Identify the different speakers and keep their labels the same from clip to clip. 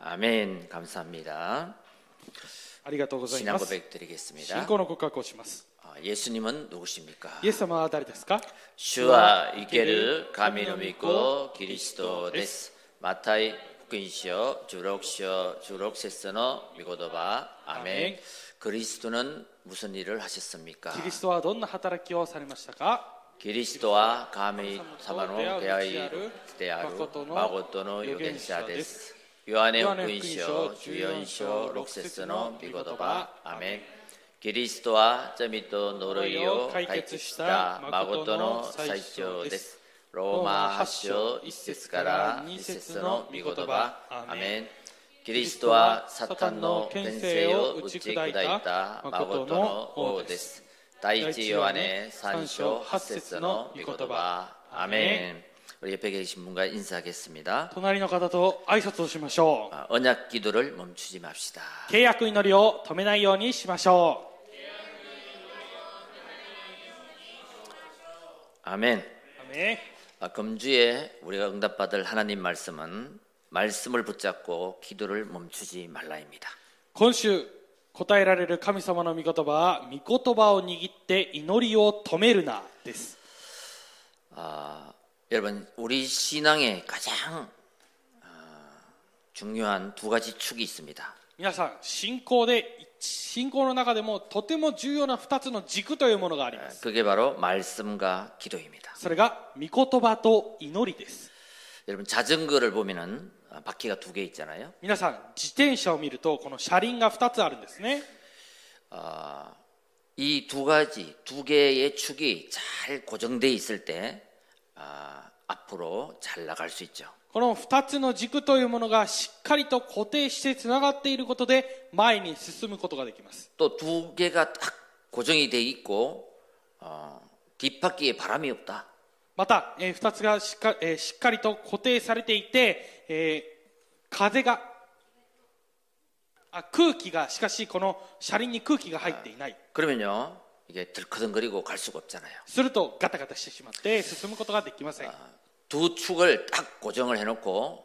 Speaker 1: 아멘. 감사합니다.
Speaker 2: ありがとうござい
Speaker 1: 신앙
Speaker 2: ます
Speaker 1: 고백
Speaker 2: 信
Speaker 1: 드리겠습니다.
Speaker 2: 仰の告白をします
Speaker 1: 아, 예수님은 누구십니까?
Speaker 2: イエス様は誰ですか
Speaker 1: 주와 이케를 가미노 믿고 그리스도 데스 마타이 후인시여 주록시여 주록세스너 미고도바 아멘
Speaker 2: 아멘.
Speaker 1: 그리스도는 무슨 일을 하셨습니까?
Speaker 2: キリストはどんな働きをされましたか
Speaker 1: 그리스도와 가미 사마노 대하이루
Speaker 2: 대하이루,
Speaker 1: 대하루
Speaker 2: 마고토노
Speaker 1: 마고토노 요겐사
Speaker 2: 요겐시사
Speaker 1: 데스 요한의
Speaker 2: 요한의
Speaker 1: 후인시여
Speaker 2: 후인시여,
Speaker 1: 주연시여
Speaker 2: 주연시여,
Speaker 1: 록세스노
Speaker 2: 록세스노
Speaker 1: 미고도바
Speaker 2: 미고도바,
Speaker 1: 아멘 그리스도와 저미토 노로이요
Speaker 2: 노로이요
Speaker 1: 가이케츠시다 마고토노
Speaker 2: 마고토노
Speaker 1: 사이쇼
Speaker 2: 사이쇼
Speaker 1: 데스 ローマ
Speaker 2: 로마
Speaker 1: 発
Speaker 2: 8章
Speaker 1: 祥一節から二節の御言葉アー
Speaker 2: アー
Speaker 1: メ
Speaker 2: メ
Speaker 1: ンキリストはサタンの権勢を打ち砕いた誠の王です第一ヨハネ三章八節の御言葉アーメン 우리 옆에 계신 분과 인사하겠습니다.
Speaker 2: 隣の方と挨拶をしましょ
Speaker 1: 아, 언약 기도를 멈추지 맙시다.
Speaker 2: う契約祈りを止めないようにしましょ
Speaker 1: 아멘.
Speaker 2: うアメン
Speaker 1: 아, 금주에 우리가 응답받을 하나님 말씀은 말씀을 붙잡고 기도를 멈추지 말라입니다.
Speaker 2: 今週答えられる神様の御言葉は御言葉を握って祈りを止めるなです、
Speaker 1: 아, 여러분 우리 신앙의 가장 아, 중요한 두 가지 축이 있습니다.
Speaker 2: 皆さん信仰で信仰の中でもとても重要な2つの軸というものがあります
Speaker 1: 그게 바로 말씀과 기도입니다.
Speaker 2: それが御言葉と祈りです
Speaker 1: 여러분 자전거를 보면은 아, 바퀴가 두 개 있잖아요.
Speaker 2: 皆さん自転車を見るとこの車輪が2つあるんですね
Speaker 1: 아, 이 두 가지 두 개의 축이 잘 고정돼 있을 때 아, 앞으로 잘 나갈 수 있죠.
Speaker 2: この2つの軸というものがしっかりと固定してつながっていることで前に進むことができます
Speaker 1: 또 두 개가 딱 고정이 돼 있고 어, 뒷바퀴에 바람이 없다.
Speaker 2: また、え2つがしっか,、えーしっかりと固定されていて、えー風があ空気がしかしこの車輪に空気が入っていない
Speaker 1: 그러면요 이게 들커덩거리고 갈 수가 없잖아요.
Speaker 2: するとガタガタしてしまって進むことができません
Speaker 1: 두 축을 딱 고정을 해놓고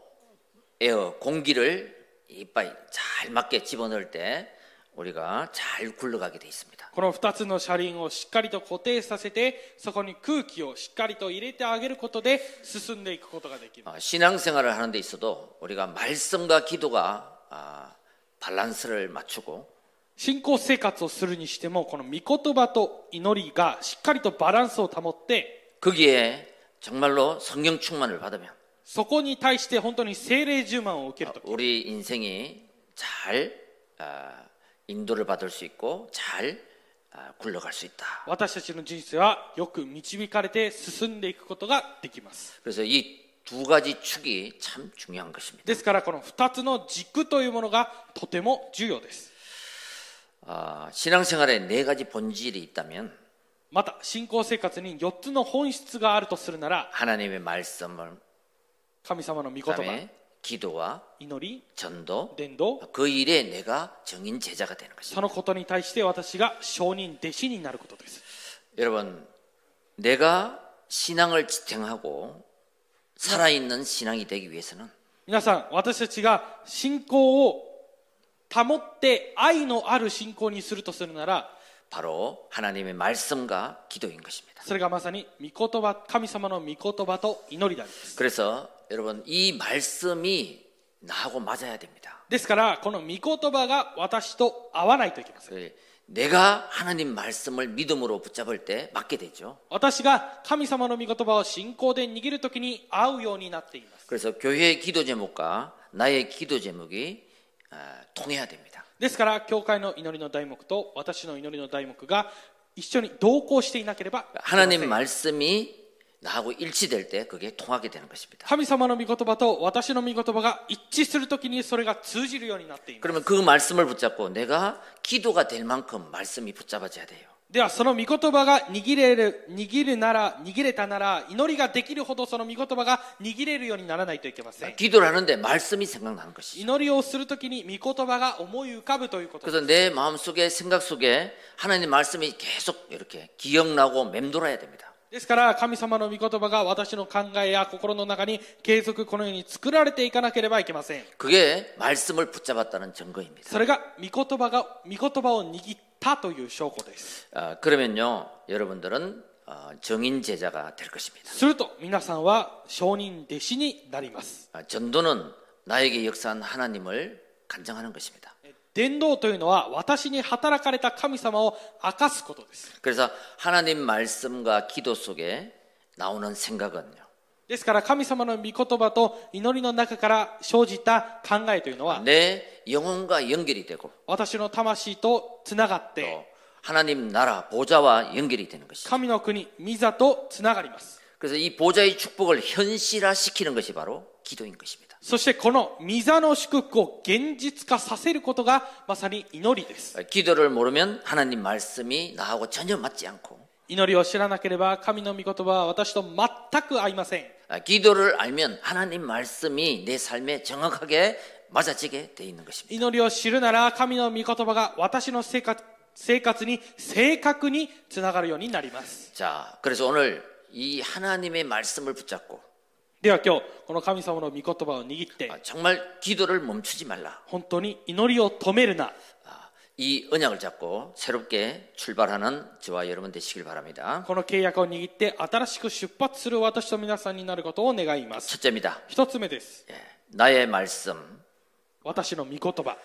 Speaker 1: 에어 공기를 이빨 잘 맞게 집어넣을 때 우리가 잘 굴러가게 돼 있습니다.
Speaker 2: この2つの車輪をしっかりと固定させてそこに空気をしっかりと入れてあげることで進んでいくことができます
Speaker 1: 어, 신앙생활을 하는 데 있어도 우리가 말씀과 기도가 아, 밸런스를 맞추고
Speaker 2: 信仰生活をするにしてもこの御言葉と祈りがしっかりとバランスを保って
Speaker 1: 거기에 정말로 성령 충만을 받으면
Speaker 2: そこに対して本当に精霊充満を受けると
Speaker 1: 우리 인생이 잘 아, 인도를 받을 수 있고 잘 아, 굴러갈 수 있다.
Speaker 2: 私たちの人生はよく導かれて進んでいくことができます
Speaker 1: 그래서 이 두 가지 축이 참 중요한 것입니다.
Speaker 2: ですからこの2つの軸というものがとても重要です
Speaker 1: 아, 신앙생활에 네 가지 본질이 있다면
Speaker 2: また信仰生活に4つの本質があるとするなら
Speaker 1: 하나님의 말씀을
Speaker 2: 神様の御言葉
Speaker 1: 그다음에 기도와
Speaker 2: 祈り
Speaker 1: 전도
Speaker 2: 伝道
Speaker 1: 그 일에 내가 정인 제자가 되는 것입니다.
Speaker 2: そのことに対して私が証人弟子になることです
Speaker 1: 여러분 내가 신앙을 지탱하고 살아있는 신앙이 되기 위해서는
Speaker 2: 皆さん私たちが信仰を保って愛のある信仰にするとするなら
Speaker 1: 바로 하나님의 말씀과 기도인 것입니다.
Speaker 2: それがまさに御言葉神様の御言葉と祈りなんです
Speaker 1: 그래서 여러분 이 말씀이 나하고 맞아야 됩니다.
Speaker 2: ですからこの御言葉が私と合わないといけません
Speaker 1: 그 내가 하나님 말씀을 믿음으로 붙잡을 때 맞게 되죠.
Speaker 2: 私が神様の御言葉を信仰で握るときに合うようになっています
Speaker 1: 그래서 교회의 기도 제목과 나의 기도 제목이 아, 통해야 됩니다.
Speaker 2: ですから教会の祈りの題目と私の祈りの題目が一緒に同行していなければ
Speaker 1: 하나님 말씀이 나하고 일치될 때 그게 통하게 되는 것입니다.
Speaker 2: 神様の御言葉と私の御言葉が一致するときにそれが通じるようになっています
Speaker 1: 그러면 그 말씀을 붙잡고 내가 기도가 될 만큼 말씀이 붙잡아져야 돼요.
Speaker 2: ではその御言葉が握れる握るなら握れたなら祈りができるほどその御言葉が握れるようにならないといけません
Speaker 1: 기도를 하는데 말씀이 생각나는 것이죠.
Speaker 2: 祈りをするときに御言葉が思い浮かぶということ
Speaker 1: 그래서 내 마음 속에 생각 속에 하나님 말씀이 계속 이렇게 기억나고 맴돌아야 됩니다.
Speaker 2: ですから神様の御言葉が私の考えや心の中に継続このように作られていかなければいけません
Speaker 1: 그게 말씀을 붙잡았다는 증거입니다.
Speaker 2: それが御言葉が御言葉を握ったという証拠です
Speaker 1: 아, 그러면요, 여러분들은 어, 정인 제자가 될 것입니다.
Speaker 2: すると皆さんは証人弟子になります
Speaker 1: 아, 전도는 나에게 역사한 하나님을 간증하는 것입니다.
Speaker 2: 伝道というのは私に働かれた神様を明かすことです
Speaker 1: 그래서 하나님 말씀과 기도 속에 나오는 생각은요,
Speaker 2: ですから神様の御言葉と祈りの中から生じた考えというのは
Speaker 1: 내 영혼과 연결이 되고
Speaker 2: 私の魂とつながって
Speaker 1: 또 하나님 나라 보좌와 연결이 되는 것이죠.
Speaker 2: 神の国ミザとつながります
Speaker 1: 그래서 이 보좌의 축복을 현실화시키는 것이 바로 기도인 것입니다.
Speaker 2: そしてこの御座の祝福を現実化させることがまさに祈りです
Speaker 1: 아, 기도를 모르면 하나님 말씀이 나하고 전혀 맞지 않고
Speaker 2: 祈りを知らなければ神の御言葉は私と全く合いません
Speaker 1: 아, 기도를 알면 하나님 말씀이 내 삶에 정확하게 맞아지게 돼 있는 것입니다.
Speaker 2: 祈りを知るなら神の御言葉が私の生活生活に正確につながるようになります
Speaker 1: 자, 그래서 오늘 이 하나님의 말씀을 붙잡고
Speaker 2: では今日この神様の御言葉を握って
Speaker 1: 아, 정말 기도를 멈추지 말라.
Speaker 2: 本当に祈りを止めるな
Speaker 1: 아, 이 언약을 잡고 새롭게 출발하는 저와 여러분 되시길 바랍니다.
Speaker 2: この契約を握って新しく出発する私と皆さんになることを願います。
Speaker 1: 첫째입니다.
Speaker 2: 一つ目です。
Speaker 1: 예, 나의 말씀,
Speaker 2: 私の御言葉、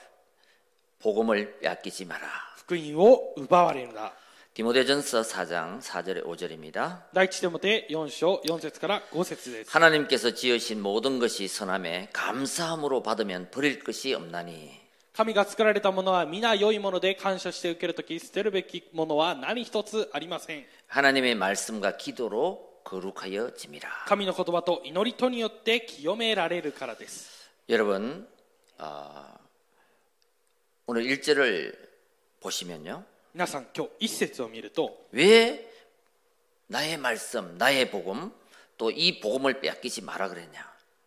Speaker 1: 복음을 빼앗기지 마라.
Speaker 2: 福音を奪われるな。
Speaker 1: 디모데전서 4장 4절에 5절입니다.
Speaker 2: 第一手モて4章4節から5節です。
Speaker 1: 하나님께서 지으신 모든 것이 선함에 감사함으로 받으면 버릴 것이 없나니
Speaker 2: 神が作られたものは皆良いもので感謝して受けるとき捨てるべきものは何一つありません。
Speaker 1: 하나님의 말씀과 기도로 거룩하여짐이라.
Speaker 2: 神の言葉と祈りとによって清められるからです。
Speaker 1: 여러분 아, 오늘 일절을 보시면요.
Speaker 2: 皆さん今日一節を見ると、
Speaker 1: 왜 나의 말씀, 나의 복음 또 이 복음을 빼앗기지 마라 그랬냐?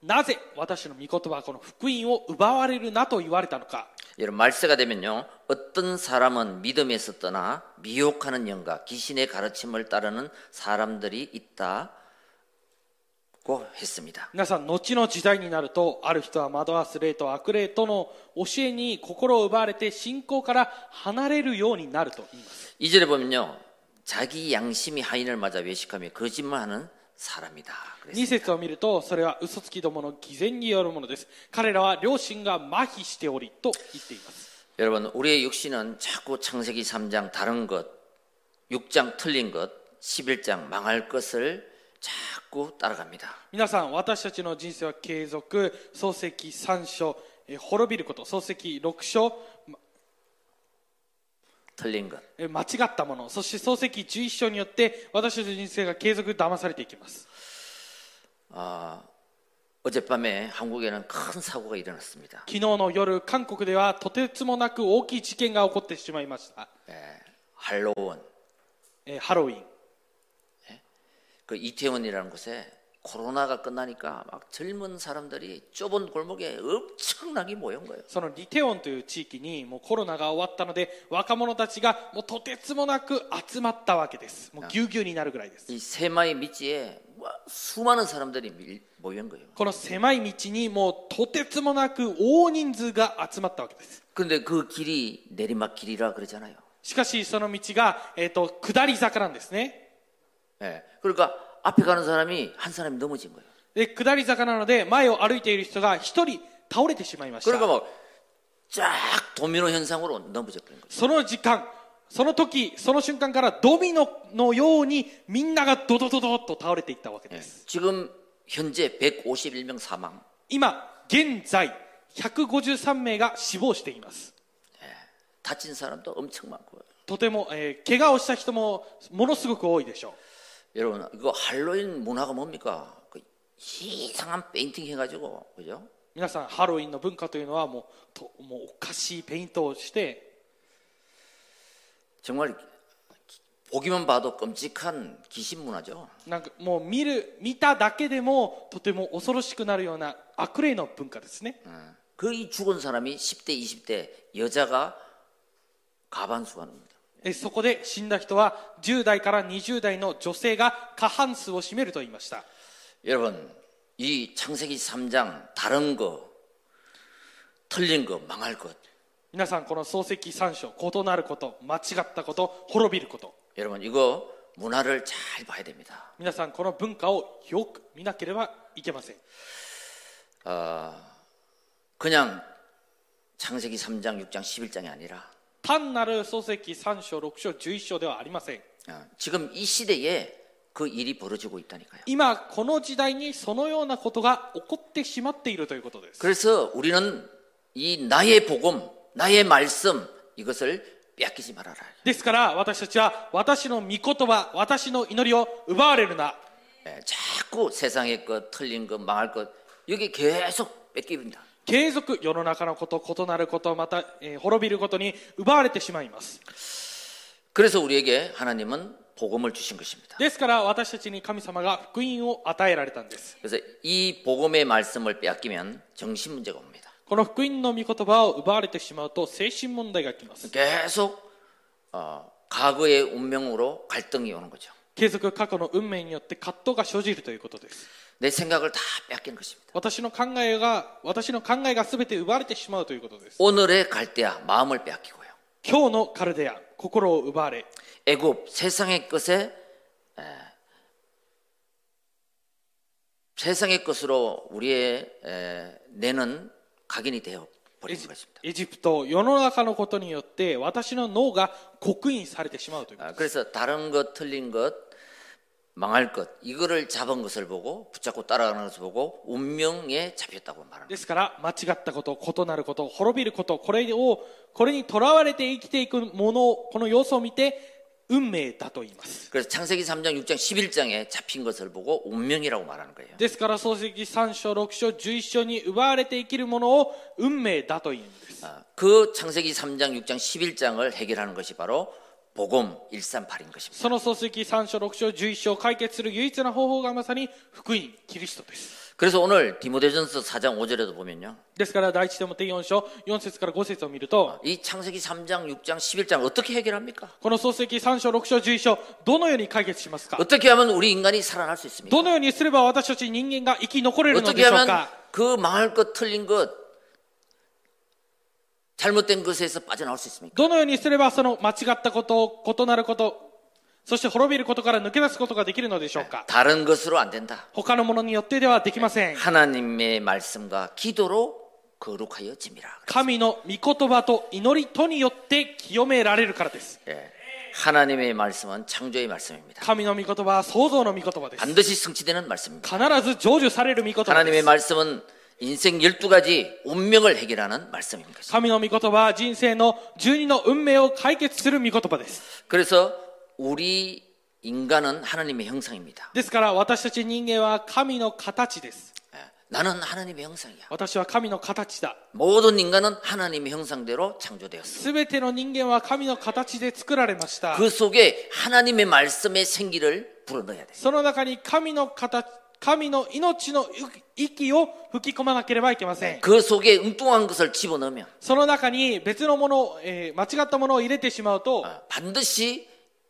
Speaker 2: なぜ私の御言葉はこの福音を奪われるなと言われたのか。
Speaker 1: 여러분 말세가 되면요. 어떤 사람은 믿음에서 떠나 미혹하는 영과 귀신의 가르침을 따르는 사람들이 있다고 했습니다.
Speaker 2: 皆さん後の時代になるとある人は惑わす霊と悪霊との教えに心を奪われて信仰から離れるようになると言います
Speaker 1: 이절에 보면요. 자기 양심이 하인을 맞아 외식하며 거짓말하는 사람이다. 그랬어요.
Speaker 2: 2節を見るとそれは嘘つきどもの偽善によるものです彼らは両親が麻痺しておりと言っています
Speaker 1: 여러분 우리의 육신은 자꾸 창세기 3장 다른 것, 6장 틀린 것, 11장 망할 것을 자꾸 따라갑니다.
Speaker 2: 皆さん私たちの人生は継続創世記3章えー滅びること創世記6章
Speaker 1: 틀린 것.
Speaker 2: えー間違ったものそして創世記11章によって私たちの人生が継続騙されていきます
Speaker 1: 어, 어젯밤에 한국에는 큰 사고가 일어났습니다.
Speaker 2: 昨日の夜韓国ではとてつもなく大きい事件が起こってしまいました、
Speaker 1: 예, 할로원,
Speaker 2: えーハロウィン
Speaker 1: 그 이태원이라는 곳에 코로나가 끝나니까 막 젊은 사람들이 좁은 골목에 엄청나게 모인 거예요.
Speaker 2: そのリテオンという地域にもうコロナが終わったので若者たちがもうとてつもなく集まったわけですもうぎゅうぎゅうになるぐらいです
Speaker 1: 이 세마이 밑지에 와, 수많은 사람들이 밀- 모인 거예요.
Speaker 2: この狭い道にもうとてつもなく大人数が集まったわけです
Speaker 1: 근데 그 길이 내리막 길이라 그러잖아요.
Speaker 2: しかしその道が、えー、と下り坂なんですね
Speaker 1: 예. 그러니까 앞에 가는 사람이 한 사람이 넘어진 거예요.
Speaker 2: で下り坂なので前を歩いている人が一人倒れてしまいました
Speaker 1: 그러니까 막쫙 도미노 현상으로 넘어져 버린 거예요.
Speaker 2: その時間、その時、その瞬間からドミノのようにみんながドドドドッと倒れていったわけです。
Speaker 1: 예. 지금 현재 151명 사망.
Speaker 2: 今、現在、153名が死亡しています。
Speaker 1: 다친 사람도 엄청 많고요.
Speaker 2: とても、えー怪我をした人もものすごく多いでしょ
Speaker 1: 여러분 이거 할로윈 문화가 뭡니까? 그 이상한 페인팅 해가지고 그죠?
Speaker 2: う。皆さん、ハロウィンの文化というのはもう、ともうおかしいペイントをして、
Speaker 1: 정말 보기만 봐도 끔찍한 귀신 문화죠.
Speaker 2: なんかもう見る、見ただけでもとても恐ろしくなるような悪霊の文化ですね。
Speaker 1: 그 이 죽은 사람이 10대, 20대 여자가 가반수가 됩니다.
Speaker 2: ええーそこで死んだ人は10代から20代の女性が過半数を占めると言いました
Speaker 1: 여러분, 이 창세기 3장 다른 거 틀린 거 망할 것.
Speaker 2: 皆さんこの漱石三章異なること間違ったこと滅びること
Speaker 1: 여러분, 이거 문화를 잘 봐야 됩니다.
Speaker 2: 皆さんこの文化をよく見なければいけません
Speaker 1: 아, 그냥 창세기 3장, 6장, 11장이 아니라
Speaker 2: 単なる漱石三章六章十一章ではありません
Speaker 1: 어, 지금 이 시대에 그 일이 벌어지고 있다니까요.
Speaker 2: 今この時代にそのようなことが起こってしまっているということです
Speaker 1: 그래서 우리는 이 나의 복음, 나의 말씀 이것을 빼앗기지 말아라.
Speaker 2: ですから私たちは私の御言葉私の祈りを奪われるな
Speaker 1: 예, 자꾸 세상의 것, 틀린 것, 망할 것 여기 계속 뺏깁니다.
Speaker 2: 継続世の中のこと異なることまた、えー滅びることに奪われてしまいます
Speaker 1: 그래서 우리에게 하나님은 복음을 주신 것입니다.
Speaker 2: ですから私たちに神様が福音を与えられたんです
Speaker 1: 그래서 이 복음의 말씀을 빼앗기면 정신 문제가 옵니다.
Speaker 2: この福音の御言葉を奪われてしまうと精神問題がきます
Speaker 1: 계속 어, 과거의 운명으로 갈등이 오는 거죠.
Speaker 2: 継続過去の運命によって葛藤が生じるということです
Speaker 1: 내 생각을 다 뺏긴 것입니다.
Speaker 2: 私の考えが私の考えが全て奪われてしまうということです
Speaker 1: 오늘의 갈대야 마음을 빼앗기고요.
Speaker 2: 今日のカルデア心を奪われ
Speaker 1: 애굽 세상의 것에 에, 세상의 것으로 우리의 에, 내는 각인이 되어
Speaker 2: エ
Speaker 1: 버리는
Speaker 2: ジ
Speaker 1: 것입니다.
Speaker 2: エジプト世の中のことによって私の脳が刻印されてしまうということ
Speaker 1: 아, 그래서 다른 것, 틀린 것, 망할 것 이거를 잡은 것을 보고 붙잡고 따라가는 것을 보고 운명에 잡혔다고 말합니다.
Speaker 2: ですから間違ったこと異なること滅びることこれをこれにとらわれて生きていくものをこの様子を見て運命だと言います
Speaker 1: 그래서 창세기 3장, 6장, 11장에 잡힌 것을 보고 운명이라고 말하는 거예요.
Speaker 2: ですから漱石3章6章11章に奪われて生きるものを運命だと言うんです
Speaker 1: 아, 그 창세기 3장, 6장, 11장을 해결하는 것이 바로 복음 138인 것입니다.
Speaker 2: その漱石3章6章11章を解決する唯一な方法がまさに福音キリストです
Speaker 1: 그래서 오늘 디모데전서 4장 5절에도 보면요.
Speaker 2: ですから第一テモテ4章4節から5節を見ると
Speaker 1: 이 창세기 3장, 6장, 11장 어떻게 해결합니까?
Speaker 2: この漱石3章6章11章どのように解決しますか
Speaker 1: 어떻게 하면 우리 인간이 살아날 수 있습니까?
Speaker 2: どのようにすれば私たち人間が生き残れるの
Speaker 1: 어떻게
Speaker 2: でしょう
Speaker 1: 하면
Speaker 2: か
Speaker 1: 그 망할 것, 틀린 것, 잘못된 것에서 빠져나올 수 있습니까?
Speaker 2: どのようにすればその間違ったこと異なることそして滅びることから抜け出すことができるのでしょうか
Speaker 1: 다른 것으로 안 된다.
Speaker 2: 他のものによってではできません
Speaker 1: 하나님의 말씀과 기도로 거룩하여 짐이라.
Speaker 2: 神の御言葉と祈りとによって清められるからです
Speaker 1: 예. 하나님의 말씀은 창조의 말씀입니다.
Speaker 2: 神の御言葉は創造の御言葉です
Speaker 1: 반드시 성취되는 말씀입니다.
Speaker 2: 必ず成就される御言葉で
Speaker 1: 하나님의
Speaker 2: す
Speaker 1: 말씀은 인생 12가지 운명을 해결하는 말씀입니다.
Speaker 2: 神の御言葉は人生の十二の運命を解決する御言葉です
Speaker 1: 그래서 우리 인간은 하나님의 형상입니다.
Speaker 2: ですから私たち人間は神の形です
Speaker 1: 예. 나는 하나님의 형상이야.
Speaker 2: 私は神の形だ
Speaker 1: 모든 인간은 하나님의 형상대로 창조되었어.
Speaker 2: すべての人間は神の形で作られました
Speaker 1: 그 속에 하나님의 말씀의 생기를 불어넣어야 돼.
Speaker 2: その中に神の形神の命の息を吹き込まなければいけません
Speaker 1: 그 속에 ung뚱한 것을 집어넣으면
Speaker 2: その中に別のものを、えー間違ったものを入れてしまうと
Speaker 1: 아, 반드시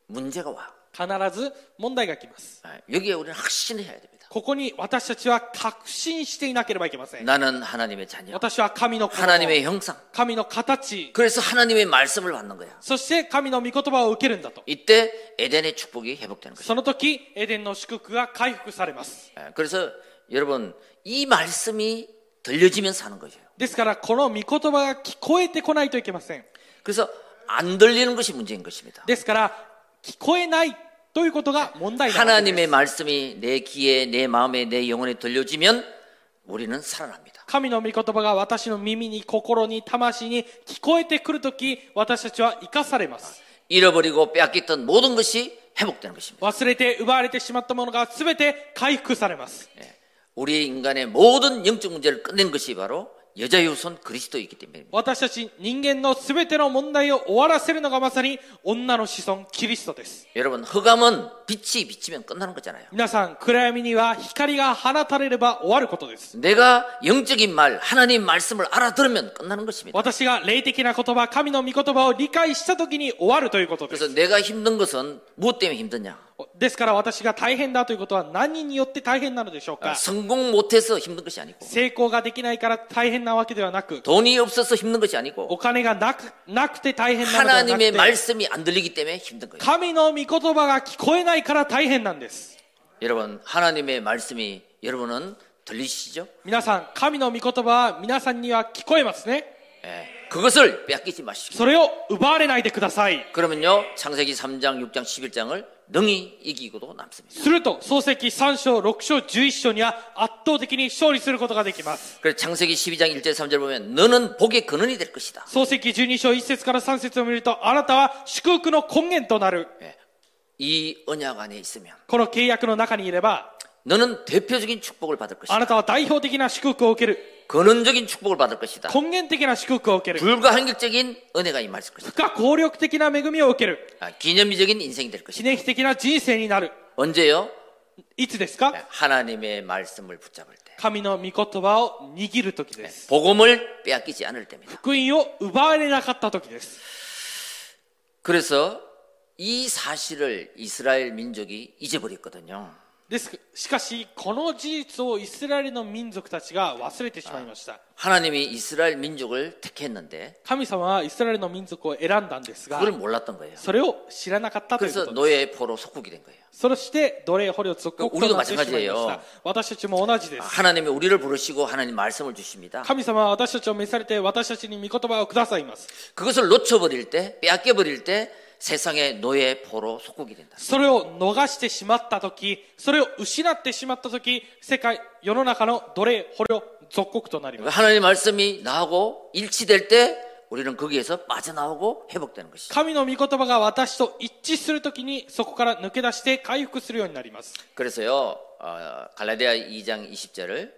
Speaker 1: 문제가 와.
Speaker 2: 必ず問題がきます
Speaker 1: 아, 여기에 우리는 확신해야 됩니다.
Speaker 2: ここに私たちは確信していなければいけません
Speaker 1: 나는 하나님의 자녀,
Speaker 2: 私は神の子供
Speaker 1: 하나님의 형상.
Speaker 2: 神の形
Speaker 1: 그래서 하나님의 말씀을 받는 거야.
Speaker 2: そして神の御言葉を受けるんだと
Speaker 1: 이때 에덴의 축복이 회복되는 거죠.
Speaker 2: その時エデンの祝福が回復されます
Speaker 1: 예, 그래서 여러분 이 말씀이 들려지면 사는 거죠.
Speaker 2: ですからこの御言葉が聞こえてこないといけません
Speaker 1: 그래서 안 들리는 것이 문제인 것입니다.
Speaker 2: ですから聞こえないということが問題なわけです
Speaker 1: 하나님의 말씀이 내 귀에, 내 마음에, 내 영혼에 들려지면 우리는 살아납니다.
Speaker 2: 神の御言葉が私の耳に心に魂に聞こえてくるとき私たちは生かされます
Speaker 1: 잃어버리고 빼앗겼던 모든 것이 회복되는 것입니다.
Speaker 2: 忘れて奪われてしまったものが全て回復されます
Speaker 1: 예. 우리 인간의 모든 영적 문제를 끝낸 것이 바로 여자의 우선 그리스도이기 때문입니다.
Speaker 2: 私たち人間のすべての問題を終わらせるのがまさに女の子孫キリストです
Speaker 1: 여러분 흑암은 빛이 비치면 끝나는 거잖아요.
Speaker 2: 皆さん暗闇には光が放たれれば終わることです
Speaker 1: 내가 영적인 말 하나님 말씀을 알아들으면 끝나는 것입니다.
Speaker 2: 私が霊的な言葉神の御言葉を理解した時に終わるということです
Speaker 1: 그래서 내가 힘든 것은 무엇 때문에 힘드냐?
Speaker 2: ですから私が大変だということは何によって大変なのでしょうか
Speaker 1: 성공 못해서 힘든 것이 아니고
Speaker 2: 成功ができないから大変なわけではなく
Speaker 1: 돈이 없어서 힘든 것이 아니고
Speaker 2: お金がなくなくて大変なのではな
Speaker 1: 하나님의
Speaker 2: くて
Speaker 1: 말씀이 안 들리기 때문에 힘든 거예요.
Speaker 2: 神の御言葉が聞こえないから大変なんです
Speaker 1: 여러분 하나님의 말씀이 여러분은 들리시죠?
Speaker 2: 皆さん神の御言葉は皆さんには聞こえますね
Speaker 1: 예. 그것을 빼앗기지 마십시오.
Speaker 2: それを奪われないでください
Speaker 1: 그러면요 창세기 3장 6장 11장을 능히 이기고도 남습니다.
Speaker 2: すると漱石3章6章11章には圧倒的に勝利することができます
Speaker 1: 그래서 창세기 12장 1절 3절 보면 너는 복의 근원이 될 것이다.
Speaker 2: 漱石12章1節から3節を見るとあなたは祝福の根源となる
Speaker 1: 예. 이 언약 안에 있으면
Speaker 2: この契約の中にいれば
Speaker 1: 너는 대표적인 축복을 받을
Speaker 2: あ
Speaker 1: 것이다.
Speaker 2: なたは代表的な祝福を受ける
Speaker 1: 근원적인 축복을 받을 것이다.
Speaker 2: 根源的な祝福を受ける
Speaker 1: 불가항력적인 은혜가 임할 것이다.
Speaker 2: 不可抗力的な恵みを受ける
Speaker 1: 아, 기념비적인 인생이 될
Speaker 2: 記
Speaker 1: 것이다.
Speaker 2: 念碑的な人生になる
Speaker 1: 언제요? 예,
Speaker 2: いつですか
Speaker 1: 하나님의 말씀을 붙잡을 때.
Speaker 2: 神の御言葉を握る時です
Speaker 1: 복음을 빼앗기지 않을 때입니다.
Speaker 2: 福音を奪われなかった時です
Speaker 1: 그래서 이 사실을 이스라엘 민족이 잊어버렸거든요.
Speaker 2: ですしかしこの事実をイスラエルの民族たちが忘れてしまいました
Speaker 1: 하나님이 이스라엘 민족을 택했는데
Speaker 2: 神様はイスラエルの民族を選んだんですが
Speaker 1: 그걸 몰랐던 거예요.
Speaker 2: それを知らなかったというこ
Speaker 1: 그래서
Speaker 2: とです
Speaker 1: 노예의 포로 속국이 된 거예요.
Speaker 2: そして奴隷捕虜属国となってしまいま
Speaker 1: 우리도
Speaker 2: し
Speaker 1: 마찬가지예요
Speaker 2: た私たちも同じです
Speaker 1: 하나님이 우리를 부르시고 하나님 말씀을 주십니다.
Speaker 2: 神様は私たちを召されて私たちに御言葉をくださいます
Speaker 1: 그것을 놓쳐버릴 때, 빼앗겨버릴 때 세상의 노예 포로 속국이 된다.
Speaker 2: それを逃してしまった時それを失ってしまった時世界世の中の奴隷捕虜属国となります
Speaker 1: 하나님의 말씀이 나하고 일치될 때 우리는 거기에서 빠져나오고 회복되는 것이죠.
Speaker 2: 神の御言葉が私と一致するときにそこから抜け出して回復するようになります
Speaker 1: 그래서요 어, 갈라디아 2장 20절을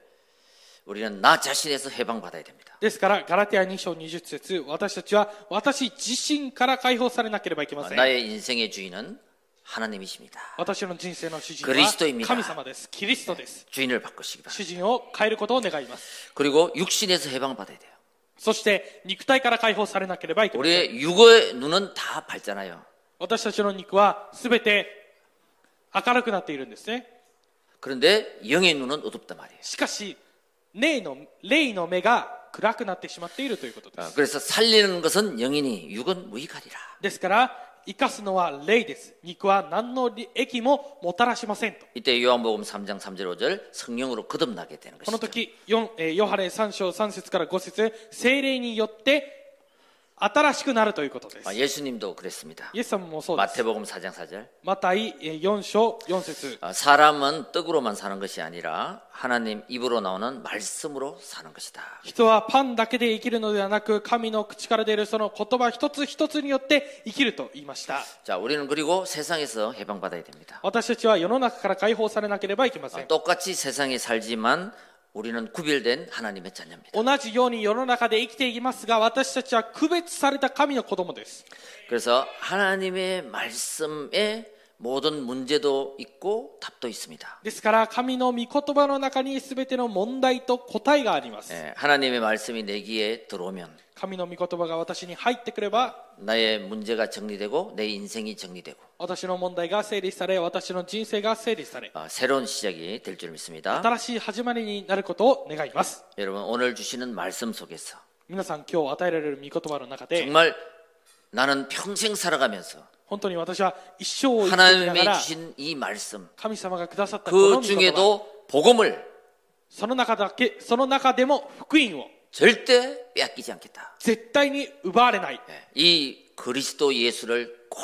Speaker 1: 우리는 나 자신에서 해방받아야 됩니다.
Speaker 2: ですからガラテア2章20節私たちは私自身から解放されなければいけません
Speaker 1: 나의 인생의 주인은 하나님이십니다.
Speaker 2: 私の人生の主人
Speaker 1: クリスト意
Speaker 2: は
Speaker 1: 味だ
Speaker 2: 神様ですキリストです
Speaker 1: 주인을 바꾸시기 바랍니다.
Speaker 2: 主人を変えることを願います
Speaker 1: 그리고 육신에서 해방받아야 돼요.
Speaker 2: そして肉体から解放されなければいけません
Speaker 1: 우리의 육의 눈은 다 밝잖아요.
Speaker 2: 私たちの肉は全て明るくなっているんですね
Speaker 1: 그런데 영의 눈은 어둡단 말이에요.
Speaker 2: しかし霊の霊の目が暗くなってしまっているということで
Speaker 1: 어,
Speaker 2: す
Speaker 1: 그래서 살리는 것은 영이니 육은 무익하리라.
Speaker 2: ですから生かすのは霊です肉は何の利益ももたらしませんと
Speaker 1: 이때 요한복음 3장 3절 5절 성령으로 거듭나게 되는
Speaker 2: この
Speaker 1: 것이죠.
Speaker 2: 時四えーヨハネ3章3節から5節聖霊によって新しくなるということです
Speaker 1: 아, 예수님도 그랬습니다.
Speaker 2: イエス様もそうです
Speaker 1: 마태복음 4장 4절
Speaker 2: マタイえー4章4節
Speaker 1: 아, 사람은 떡으로만 사는 것이 아니라 하나님 입으로 나오는 말씀으로 사는 것이다.
Speaker 2: 人はパンだけで生きるのではなく神の口から出るその言葉一つ一つによって生きると言いました
Speaker 1: 자, 우리는 그리고 세상에서 해방받아야 됩니다.
Speaker 2: 私たちは世の中から解放されなければいけ
Speaker 1: 네.
Speaker 2: ません
Speaker 1: 아, 똑같이 세상에 살지만 우리는 구별된 하나님의 자녀입니다.
Speaker 2: 同じように世の中で生きていきますが私たちは区別された神の子供です
Speaker 1: 그래서 하나님의 말씀에 모든 문제도 있고 답도 있습니다.
Speaker 2: ですから神の御言葉の中に全ての問題と答えがあります
Speaker 1: 예, 하나님의 말씀이 내 귀에 들어오면
Speaker 2: 神の御言葉が私に入ってくれば
Speaker 1: 나의 문제가 정리되고 내 인생이 정리되고
Speaker 2: 私の問題が整理され私の人生が整理され
Speaker 1: 아, 새로운 시작이 될 줄 믿습니다.
Speaker 2: 新しい始まりになることを願います
Speaker 1: 여러분 오늘 주시는 말씀 속에서
Speaker 2: 皆さん今日与えられる御言葉の中で
Speaker 1: 정말 나는 평생 살아가면서
Speaker 2: 本当に私は一生を生きていきなが
Speaker 1: 하나님이
Speaker 2: ら
Speaker 1: 주신 이 말씀
Speaker 2: 神様がくださったこの
Speaker 1: 그
Speaker 2: 御言葉
Speaker 1: 중에도 복음을
Speaker 2: その中だけその中でも福音を
Speaker 1: 절대 빼앗기지 않겠다.
Speaker 2: 絶対に奪われない
Speaker 1: 예, 이 그리스도 예수를 꼭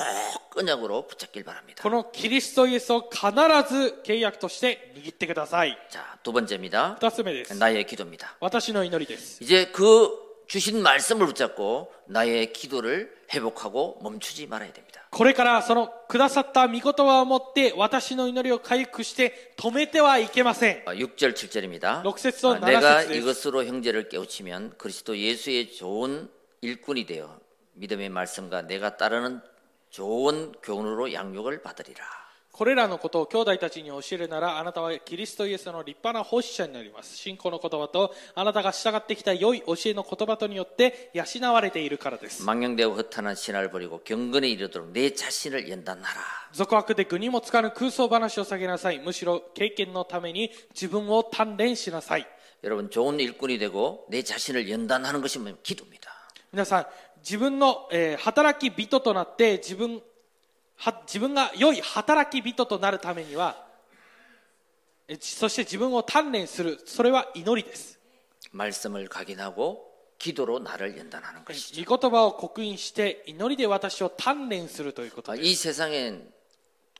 Speaker 1: 끈약으로 붙잡길 바랍니다.
Speaker 2: このキリストイエスを必ず契約として握ってください。
Speaker 1: 자, 두 번째입니다.
Speaker 2: 二つ目です。
Speaker 1: 나의 기도입니다.
Speaker 2: 私の祈りです。
Speaker 1: 이제 그 주신 말씀을 붙잡고 나의 기도를 회복하고 멈추지 말아야 됩니다.
Speaker 2: これからそのくださった御言葉を持って私の祈りを回復して止めてはいけません。
Speaker 1: 어, 6절 7절입니다. 아,
Speaker 2: 육 절에서 칠
Speaker 1: 내가
Speaker 2: 절까지.
Speaker 1: 이것으로 형제를 깨우치면 그리스도 예수의 좋은 일꾼이 되어 믿음의 말씀과 내가 따르는 좋은 교훈으로 양육을 받으리라.
Speaker 2: これらのことを兄弟たちに教えるならあなたはキリストイエスの立派な奉仕者になります。信仰の言葉とあなたが従ってきた良い教えの言葉とによって養われているからです。
Speaker 1: 망령되고 허탄한 신화를 버리고 경건에 이르도록 내 자신을 연단하라.
Speaker 2: 俗悪で具にもつかぬ空想話を下げなさい。むしろ経験のために自分を鍛錬しなさい。
Speaker 1: 여러분 좋은 일꾼이 되고 내 자신을 연단하는 것이 뭐냐면 기도입니다.
Speaker 2: 皆さん、自分の、えー働き人となって自分、は自分が良い働き人となるためには、えそして自分を鍛錬する、それは祈りです。
Speaker 1: 말씀을 각인하고 기도로 나를 연단하는 것이죠.
Speaker 2: 御言葉を刻印して祈りで私を鍛錬するということ
Speaker 1: 아,
Speaker 2: です。
Speaker 1: 이 세상엔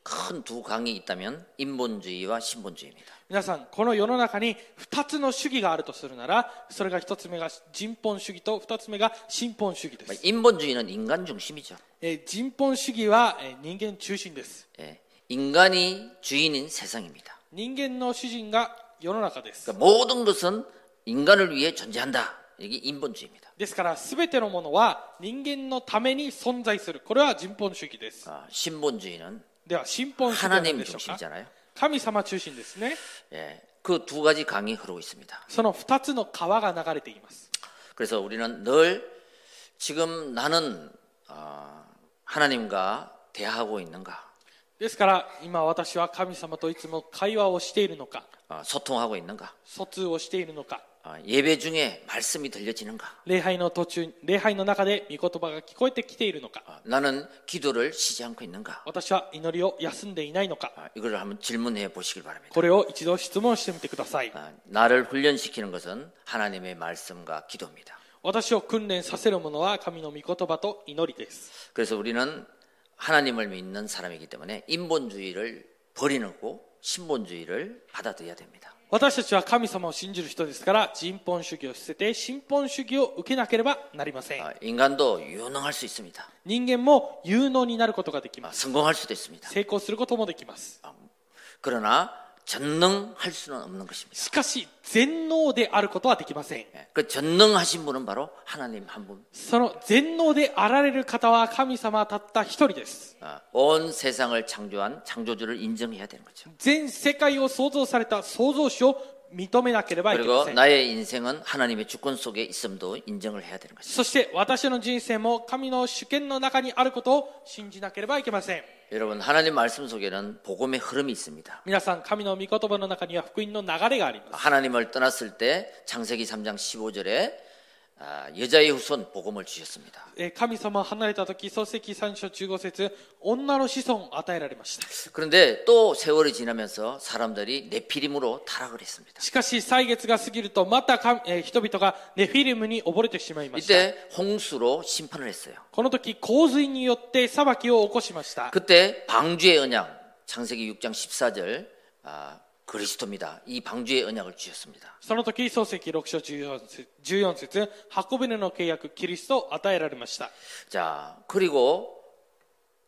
Speaker 1: 큰 두 강이 있다면 인본주의와 신본주의입니다.
Speaker 2: 皆さん、この世の中に2つの主義があるとするなら、それが1つ目が人本主義と2つ目が信本主義
Speaker 1: 아,
Speaker 2: です。
Speaker 1: 인본주의는 인간 중심이죠.
Speaker 2: えー人本主義はえー人間中心です。
Speaker 1: 예, 인간이 주인인 세상입니다.
Speaker 2: 人間の主人が世の中です。
Speaker 1: 그러니까 모든 것은 인간을 위해 존재한다. 이게 인본주의입니다.
Speaker 2: ですから、すべてのものは人間のために存在する。これは人本主義です。
Speaker 1: 아, 신본주의는
Speaker 2: では、信本主義は何
Speaker 1: 하나님
Speaker 2: でしょうか
Speaker 1: 중심이잖아요.
Speaker 2: 神様中心ですね。
Speaker 1: 예, 그 두 가지 강이 흐르고 있습니다.
Speaker 2: その二つの川が流れています。
Speaker 1: 그래서 우리는 늘 지금 나는 아, 하나님과 대하고 있는가,
Speaker 2: ですから、今私は神様といつも会話をしているのか、
Speaker 1: 아, 소통하고 있는가,
Speaker 2: 疎通をしているのか、
Speaker 1: 아, 예배 중에 말씀이 들려지는가,
Speaker 2: 礼拝の途中、礼拝の中で御言葉が聞こえてきているのか、
Speaker 1: 아, 나는 기도를 쉬지 않고 있는가.
Speaker 2: 私は祈りを休んでいないのか、
Speaker 1: 아, 이걸 한번 질문해 보시길 바랍니다.
Speaker 2: これを一度質問してみてください。
Speaker 1: 아, 나를 훈련시키는 것은 하나님의 말씀과 기도입니다.
Speaker 2: 私を訓練させるものは神の御言葉と祈りです。
Speaker 1: 그래서 우리는 하나님을 믿는 사람이기 때문에 인본주의를 버리는 거고 신본주의를 받아들여야 됩니다.
Speaker 2: 私たちは神様を信じる人ですから、人本主義を捨てて、新本主義を受けなければなりません。
Speaker 1: 아, 인간도 유능할 수 있습니다.
Speaker 2: 人間も有能になることができ
Speaker 1: 아,
Speaker 2: ます。
Speaker 1: 성공할 수도 있습니다.
Speaker 2: 成功することもできます。
Speaker 1: 그러나 전능할 수는 없는 것입니다.
Speaker 2: しかし、全能であることはできません。
Speaker 1: 예, 그 전능하신 분은 바로 하나님 한 분.
Speaker 2: その全能であられる方は神様たった一人です。
Speaker 1: 아, 온 세상을 창조한 창조주를 인정해야 되는 거죠.
Speaker 2: 全世界を創造された創造主を認めなければいけま
Speaker 1: 그리고
Speaker 2: せん。
Speaker 1: 나의 인생은 하나님의 주권 속에 있음도 인정을 해야 되는 것이죠.
Speaker 2: そして私の人生も神の主権の中にあることを信じなければいけません。
Speaker 1: 여러분 하나님 말씀 속에는 복음의 흐름이 있습니다.
Speaker 2: 皆さん、神の御言葉の中には福音の流れがあります。
Speaker 1: 하나님을 떠났을 때 창세기 3장 15절에 아, 여자의 후손 복음을 주셨습니다.
Speaker 2: えー神様を離れた時、漱石三章15節、女の子孫を与えられました。
Speaker 1: 그런데 또 세월이 지나면서 사람들이 네피림으로 타락을 했습니다.
Speaker 2: しかし、歳月が過ぎると、また神、えー人々がネフィリムに溺れてしまいました。
Speaker 1: 이때 홍수로 심판을 했어요.
Speaker 2: この時、洪水によって裁きを起こしました。
Speaker 1: 그때 방주의 언약 창세기 6장 14절 아, 그리스도입니다. 이 방주의 언약을 주셨습니다.
Speaker 2: その時、漱石6章14節、14節箱舟の契約、キリストを与えられました。
Speaker 1: 자 그리고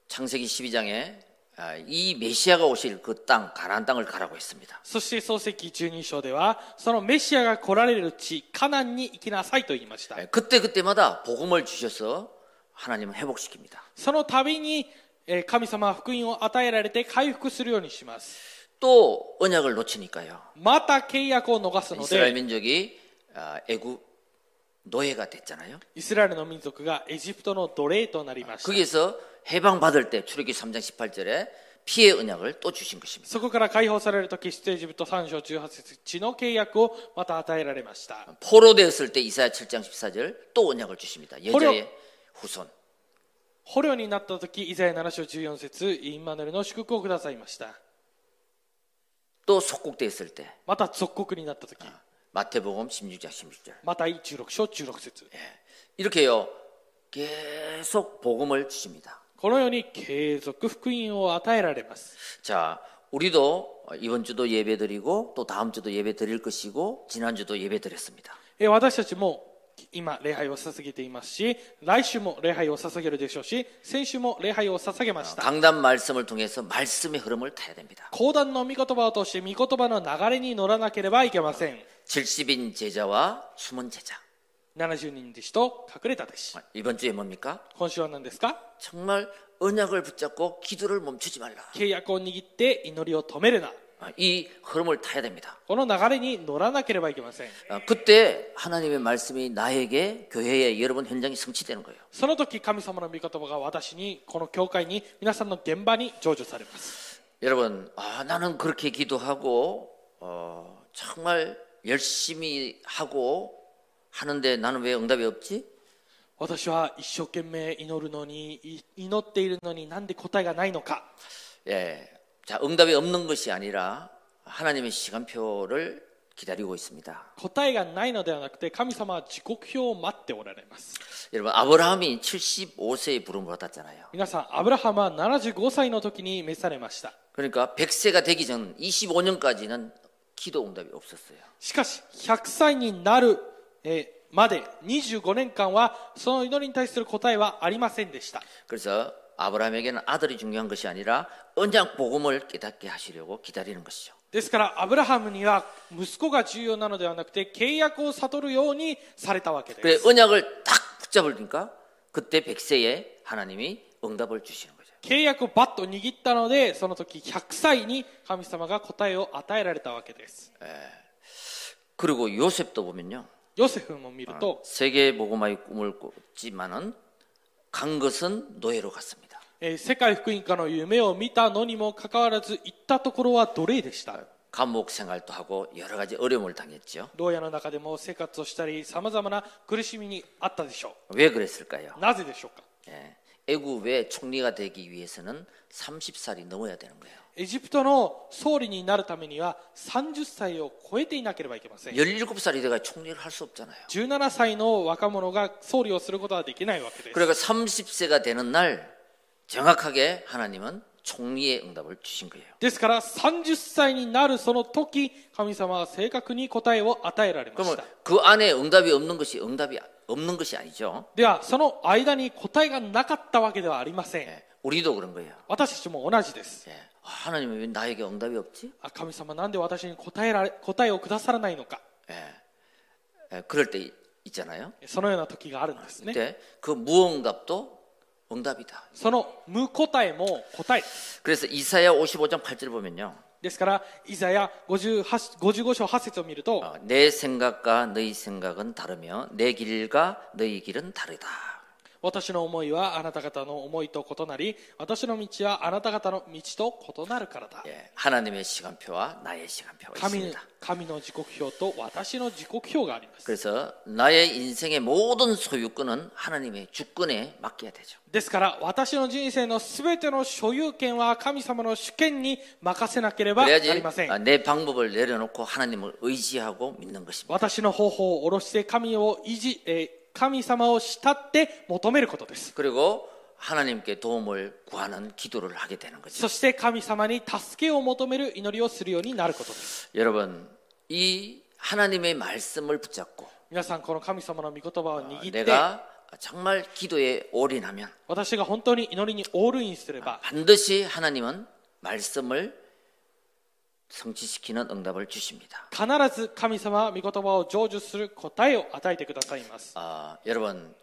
Speaker 1: 창세기 12장에 아, 이 메시아가 오실 그 땅 가나안 땅을 가라고 했습니다.
Speaker 2: そして漱石12章では、そのメシアが来られる地、カナンに行きなさいと言いました。
Speaker 1: 예, 그때 그때마다 복음을 주셔서 하나님은 회복시킵니다.
Speaker 2: その度に、えー神様は福音を与えられて回復するようにします。
Speaker 1: 또 언약을 놓치니까요.
Speaker 2: また契約を逃すの
Speaker 1: 이스라엘
Speaker 2: で、
Speaker 1: 민족이 아, 애굽 노예가 됐잖아요.
Speaker 2: イスラエルの民族がエジプトの奴隷となりました。
Speaker 1: 거기에서 해방받을 때 출애굽 3장 18절에 피의 언약을 또 주신 것입니다.
Speaker 2: そこから解放される時出エジプト3章18節地の契約をまた与えられました。
Speaker 1: 포로되었을 때 이사야 7장 14절 또 언약을 주십니다. 여자의 후손.
Speaker 2: 捕虜になった時イザヤ7章14節インマヌエルの祝福をくださいました。
Speaker 1: 또 속국되었을 때
Speaker 2: また属国になった時
Speaker 1: 마태복음 16장 16절.
Speaker 2: また16章16節
Speaker 1: 이렇게요. 계속 복음을 주십니다.
Speaker 2: このように継続福音を与えられます。
Speaker 1: 자, 우리도 이번 주도 예배 드리고 또 다음 주도 예배 드릴 것이고 지난 주도 예배 드렸습니다.
Speaker 2: えー私たちも今礼拝を捧げていますし来週も礼拝を捧げるでしょうし先週も礼拝を捧げました
Speaker 1: 강단 말씀을 통해서 말씀의 흐름을 타야 됩니다.
Speaker 2: 講談の御言葉を通して御言葉の流れに乗らなければいけません
Speaker 1: 70인 제자와 숨은 제자.
Speaker 2: 70人弟子と隠れた弟子
Speaker 1: 이번 주에 뭡니까?
Speaker 2: 今週は何ですか
Speaker 1: 정말 언약을 붙잡고 기도를 멈추지 말라.
Speaker 2: 契約を握って祈りを止めるな
Speaker 1: 아, 이 흐름을 타야 됩니다.
Speaker 2: この流れに乗らなければいけません
Speaker 1: 아, 그때 하나님의 말씀이 나에게 교회에 여러분 현장이 성취되는 거예요.
Speaker 2: その時神様の御言葉が私にこの教会に皆さんの現場に成就されます
Speaker 1: 여러분, 아, 나는 그렇게 기도하고 어, 정말 열심히 하고 하는데 나는 왜 응답이 없지?
Speaker 2: 私は一生懸命祈るのにい祈っているのになんで答えがないのか
Speaker 1: 예. 자, 응답이 없는 것이 아니라 하나님의 시간표를 기다리고 있습니다.
Speaker 2: 答えがないのではなくて神様は時刻表を待っておられます
Speaker 1: 여러분, 아브라함이 75세에 부름을 받았잖아요.
Speaker 2: 皆さんアブラハムは75歳の時に召されました
Speaker 1: 그러니까 100세가 되기 전 25년까지는 기도 응답이 없었어요.
Speaker 2: しかし100歳になるえーまで25年間はその祈りに対する答えはありませんでした
Speaker 1: 그래서 아브라함에게는 아들이 중요한 것이 아니라 언약 복음을 깨닫게 하시려고 기다리는 것이죠.
Speaker 2: ですからアブラハムには息子が重要なのではなくて契約を悟るようにされたわけです
Speaker 1: 그래 언약을 딱 붙잡으니까 그때 100세에 하나님이 응답을 주시는 거죠.
Speaker 2: 契約をバッと握ったのでその時100歳に神様が答えを与えられたわけです
Speaker 1: 그리고 요셉도 보면요.
Speaker 2: ヨセフも見ると、
Speaker 1: 세계 복음화의 꿈을 꿨지만은 간 것은 노예로 갔습니다.
Speaker 2: えー世界福音家の夢を見たのにもかかわらず行ったところは奴隷でした
Speaker 1: 감옥 생활도 하고 여러 가지 어려움을 당했죠.
Speaker 2: 牢屋の中でも生活をしたりさまざまな苦しみにあったでしょ
Speaker 1: 왜 그랬을까요?
Speaker 2: うなぜでしょうか
Speaker 1: 예. 애굽의 총리가 되기 위해서는 30살이 넘어야 되는 거예요.
Speaker 2: エジプトの総理になるためには30歳を超えていなければいけません
Speaker 1: 17살이 돼가 총리를 할 수 없잖아요.
Speaker 2: 17歳の若者が総理をすることはできないわけです
Speaker 1: 그러니까 30세가 되는 날 정확하게 하나님은 총리의 응답을 주신 거예요.
Speaker 2: ですから30歳になるその時神様は正確に答えを与えられました
Speaker 1: 그러면 그 안에 응답이 없는 것이 응답이 없는 것이 아니죠.
Speaker 2: ではその間に答えがなかったわけではありません
Speaker 1: 예. 우리도 그런 거예요.
Speaker 2: 私たちも同じです
Speaker 1: 예. 아, 하나님이 왜 나에게 응답이 없지?
Speaker 2: あ神様なんで私に答えられ答えをくださらないのか
Speaker 1: 예. 예, 그럴 때 있- 있잖아요.
Speaker 2: そのような時があるんですね
Speaker 1: 그때 그 무응답도 응답이다.
Speaker 2: その無答えも答え
Speaker 1: 그래서 이사야 55장 8절 보면요.
Speaker 2: ですからイザヤ58 55章8節を見ると
Speaker 1: 어, 내 생각과 너희 생각은 다르며 내 길과 너희 길은 다르다.
Speaker 2: 私の思いはあなた方の思いと異なり私の道はあなた方の道と異なるからだ
Speaker 1: 예, 하나님의 시간표와 나의 시간표가
Speaker 2: 神
Speaker 1: 있습니다.
Speaker 2: 神の時刻表と私の時刻表があります
Speaker 1: 그래서 나의 인생의 모든 소유권은 하나님의 주권에 맡겨야 되죠.
Speaker 2: ですから私の人生の全ての所有権は神様の主権に任せなければな
Speaker 1: 그래야지
Speaker 2: りません
Speaker 1: 아, 내 방법을 내려놓고 하나님을 의지하고 믿는 것입니다.
Speaker 2: 私の方法を下ろして神を維持、えー神様を慕って求めることです
Speaker 1: 그리고 하나님께 도움을 구하는 기도를 하게 되는 거죠.
Speaker 2: そして神様に助けを求める祈りをするようになることです
Speaker 1: 여러분, 이 하나님의 말씀을 붙잡고
Speaker 2: 皆さんこの神様の御言葉を握って
Speaker 1: 내가 정말 기도에 올인하면
Speaker 2: 私が本当に祈りにオールインすれば
Speaker 1: 반드시 하나님은 말씀을 성취시키는 응답을 주십니다.
Speaker 2: 必ず神様は御言葉を成就する答えを与えてくださいます
Speaker 1: 아, 여러분,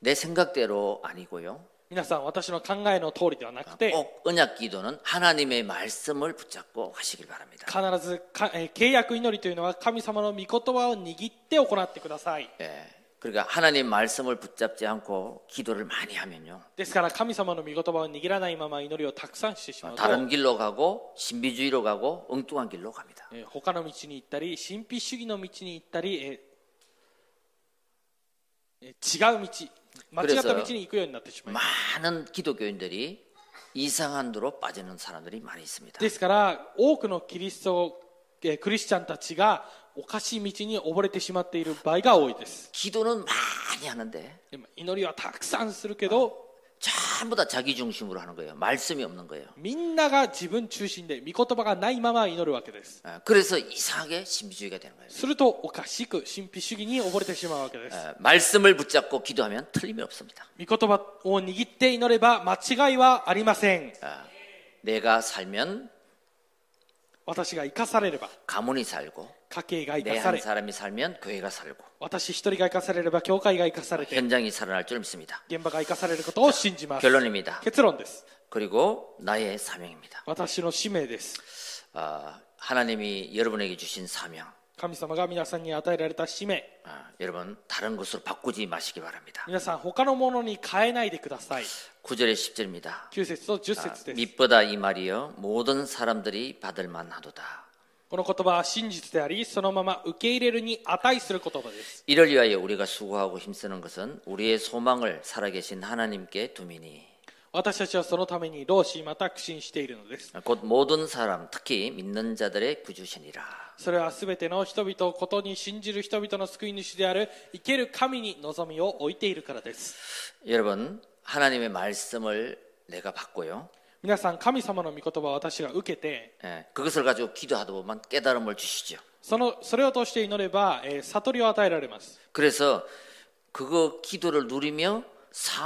Speaker 1: 내 생각대로 아니고요.
Speaker 2: 皆さん私の考えの通りではなくて
Speaker 1: 꼭 언약 기도는 하나님의 말씀을 붙잡고 하시길 바랍니다.
Speaker 2: 必ずか、えー契約祈りというのは神様の御言葉を握って行ってください
Speaker 1: 예. 그러니까 하나님 말씀을 붙잡지 않고 기도를 많이 하면요.
Speaker 2: ですから神様の御言葉を握らないまま祈りをたくさんしてしまうと
Speaker 1: 다른 길로 가고 신비주의로 가고 엉뚱한 길로 갑니다.
Speaker 2: えー他の道に行ったり神秘主義の道に行ったり、えーえー違う道間違った道に行くようになってしまいます
Speaker 1: 많은 기독교인들이 이상한 도로 빠지는 사람들이 많이 있습니다.
Speaker 2: ですから多くのキリスト、えークリスチャンたちがおかしい道に溺れてしまっている場合が多いです
Speaker 1: 기도는 많이 하는데
Speaker 2: でも祈りはたくさんするけど
Speaker 1: 저 전부 다 자기 중심으로 하는 거예요. 말씀이 없는 거예요.
Speaker 2: みんなが自分中心で御言葉がないまま祈るわけです
Speaker 1: 아, 그래서 이상하게 신비주의가 되는 거예요.
Speaker 2: するとおかしく神秘主義に溺れてしまうわけです
Speaker 1: 아, 말씀을 붙잡고 기도하면 틀림이 없습니다.
Speaker 2: 御言葉を握って祈れば間違いはありません
Speaker 1: 아, 내가 살면
Speaker 2: 私が生かされれば
Speaker 1: 가문이 그러니까 살고
Speaker 2: 家計が生
Speaker 1: 내
Speaker 2: かさ
Speaker 1: 한
Speaker 2: れ
Speaker 1: 사람이 살면 교회가 살고
Speaker 2: 私一人が生かされれば教会が生かされて
Speaker 1: 현장이 살아날 줄 믿습니다.
Speaker 2: 現場が生かされることを信じます
Speaker 1: 결론입니다.
Speaker 2: 結論です
Speaker 1: 그리고 나의 사명입니다.
Speaker 2: 私の使命です
Speaker 1: 아, 하나님이 여러분에게 주신 사명
Speaker 2: 神様が皆さんに与えられた使命
Speaker 1: 아, 여러분 다른 것으로 바꾸지 마시기 바랍니다.
Speaker 2: 皆さん他のものに変えないでください
Speaker 1: 9절의 10절입니다.
Speaker 2: 9節と10節
Speaker 1: 네.
Speaker 2: です
Speaker 1: 믿보다 이 말이여 모든 사람들이 받을 만하도다.
Speaker 2: この言葉は真実でありそのまま受け入れるに値する言葉です
Speaker 1: 이를 위하여 우리가 수고하고 힘쓰는 것은 우리의 소망을 살아계신 하나님께 두미니
Speaker 2: 私たちはそのために労使また苦心しているのです
Speaker 1: 곧 모든 사람 특히 믿는 자들의 구주시니라.
Speaker 2: それは全ての人々をことに信じる人々の救い主である生ける神に望みを置いているからです
Speaker 1: 여러분 하나님의 말씀을 내가 받고요.
Speaker 2: 皆さん神様の御言葉を私が受けて
Speaker 1: 예, 그것을 가지고 기도하다 보면 깨달음을 주시죠.
Speaker 2: そのそれを通して祈れば、えー悟りを与えられます
Speaker 1: 그래서 그거 기도를 누리며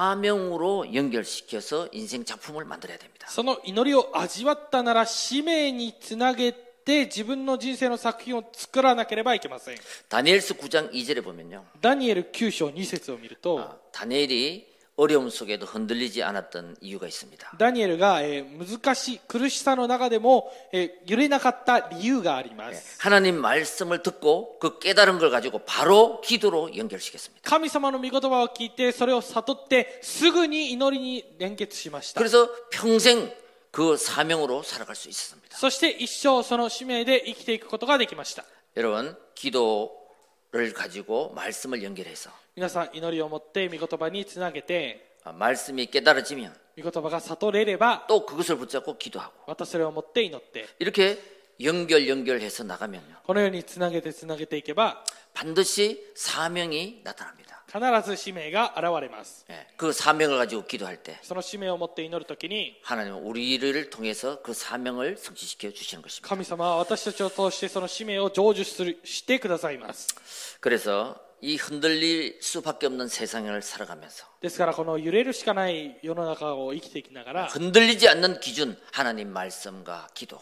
Speaker 1: 사명으로 연결시켜서 인생 작품을 만들어야 됩니다.
Speaker 2: その祈りを味わったなら使命につなげて自分の人生の作品を作らなければいけません
Speaker 1: 다니엘서 9장 2절에 보면요.
Speaker 2: ダニエル9章2節を見ると、
Speaker 1: 아, 다니엘이 어려움 속에도 흔들리지 않았던 이유가 있습니다.
Speaker 2: ダニエルが、えー難しい苦しさの中でも、えー揺れなかった理由があります
Speaker 1: 예, 하나님 말씀을 듣고 그 깨달은 걸 가지고 바로 기도로 연결시켰습니다.
Speaker 2: 神様の御言葉を聞いてそれを悟ってすぐに祈りに連結しました
Speaker 1: 그래서 평생 그 사명으로 살아갈 수 있었습니다.
Speaker 2: そして一生その使命で生きていくことができました
Speaker 1: 여러분, 기도를 가지고 말씀을 연결해서
Speaker 2: 皆さん祈りを持って御言葉につなげて
Speaker 1: 아, 말씀이 깨달아지면
Speaker 2: 御言葉が悟れれば
Speaker 1: 또 그것을 붙잡고 기도하고
Speaker 2: またそれを持って祈って
Speaker 1: 이렇게 연결 연결해서 나가면요.
Speaker 2: このようにつなげてつなげていけば
Speaker 1: 반드시 사명이 나타납니다.
Speaker 2: 必ず使命が現れます
Speaker 1: 예, 그 사명을 가지고 기도할 때
Speaker 2: その使命を持って祈るときに
Speaker 1: 하나님은 우리를 통해서 그 사명을 성취시켜 주시는 것입니다.
Speaker 2: 神様は私たちを通してその使命を成就するしてくださいます
Speaker 1: 그래서 이 흔들릴 수밖에 없는 세상을 살아가면서
Speaker 2: ですからこの揺れるしかない世の中を生きていきながら
Speaker 1: 흔들리지 않는 기준 하나님 말씀과 기도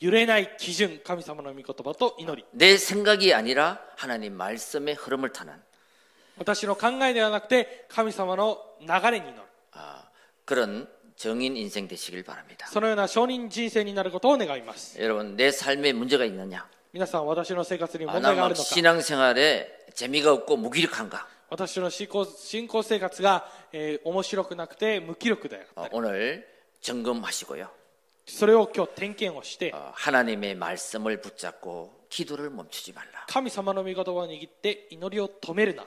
Speaker 2: 揺れない基準神様の御言葉と祈り
Speaker 1: 내 생각이 아니라 하나님 말씀의 흐름을 타는
Speaker 2: 私の考えではなくて神様の流れに祈る
Speaker 1: 아, 그런 정인 인생 되시길 바랍니다.
Speaker 2: そのような承認人生になることを願います
Speaker 1: 여러분 내 삶에 문제가 있느냐?
Speaker 2: 皆さん私の生活に問題があ
Speaker 1: 아나마
Speaker 2: るのか
Speaker 1: 신앙생활에 재미가 없고 무기력한가?
Speaker 2: 私の信仰信仰生活が、えー面白くなくて無気力だよ
Speaker 1: 어, 오늘 점검하시고요.
Speaker 2: それを今日点検をして
Speaker 1: 어, 하나님의 말씀을 붙잡고 기도를 멈추지 말라.
Speaker 2: 神様の御言葉を握って祈りを止めるな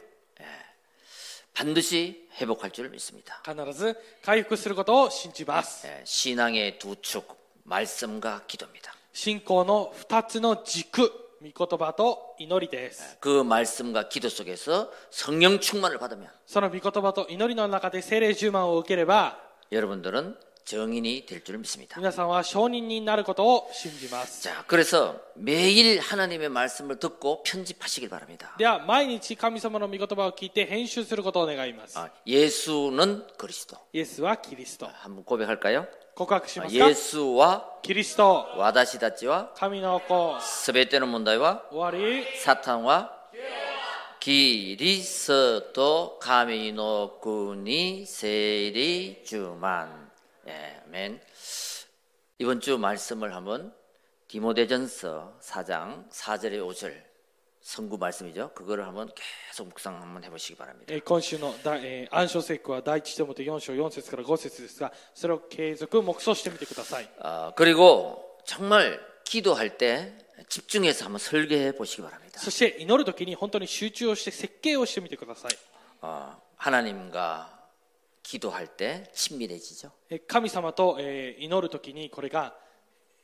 Speaker 1: 반드시 회복할 줄 믿습니다.
Speaker 2: 必ず回復することを信じます
Speaker 1: 예, 신앙의 두 축, 말씀과 기도입니다.
Speaker 2: 信仰の2つの軸御言葉と祈りです
Speaker 1: 그 말씀과 기도 속에서 성령 충만을 받으면
Speaker 2: その御言葉と祈りの中で精霊充満を受ければ
Speaker 1: 여러분들은 정인이 될 줄 믿습니다.
Speaker 2: 皆さんは証人になることを信じます
Speaker 1: 자, 그래서 매일 하나님의 말씀을 듣고 편집하시길 바랍니다.
Speaker 2: では毎日神様の御言葉を聞いて編集することを願います
Speaker 1: 아, 예수는 그리스도.
Speaker 2: イエスはキリスト
Speaker 1: 한번 고백할까요?
Speaker 2: 告白し
Speaker 1: 아,
Speaker 2: ますか
Speaker 1: 예수와
Speaker 2: キリスト
Speaker 1: 와다시다치와
Speaker 2: 神の子
Speaker 1: 스베테는 문다이와
Speaker 2: 終わり
Speaker 1: 사탄과 기리스도 가미노군이 세리주만 예, 아멘 이번 주 말씀을 한번 디모데전서 4장 4절의 5절 성구 말씀이죠 그거를 한번 계속 묵상 한번 해보시기 바랍니다
Speaker 2: えー今週のだ、えー暗証聖句は第一手元4章4節から5節ですがそれを継続黙想してみてください
Speaker 1: 어, 그리고 정말 기도할 때 집중해서 한번 설계해 보시기 바랍니다
Speaker 2: そして祈る時に本当に集中をして設計をしてみてください
Speaker 1: 어, 하나님과 기도할 때 친밀해지죠
Speaker 2: えー神様と、えー祈る時にこれが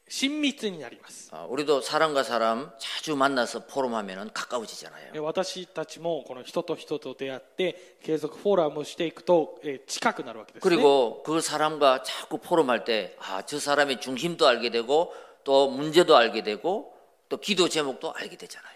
Speaker 2: 親密になります
Speaker 1: 아, 우리도 사람과 사람 자주 만나서 포럼하면 가까워지잖아요.
Speaker 2: え私たちもこの人と人と出会って継続フォーラムをしていくと、えー近くなるわけです、ね、
Speaker 1: 그리고 그 사람과 자꾸 포럼할 때, 아, 저 사람의 중심도 알게 되고, 또 문제도 알게 되고, 또 기도 제목도 알게 되잖아요.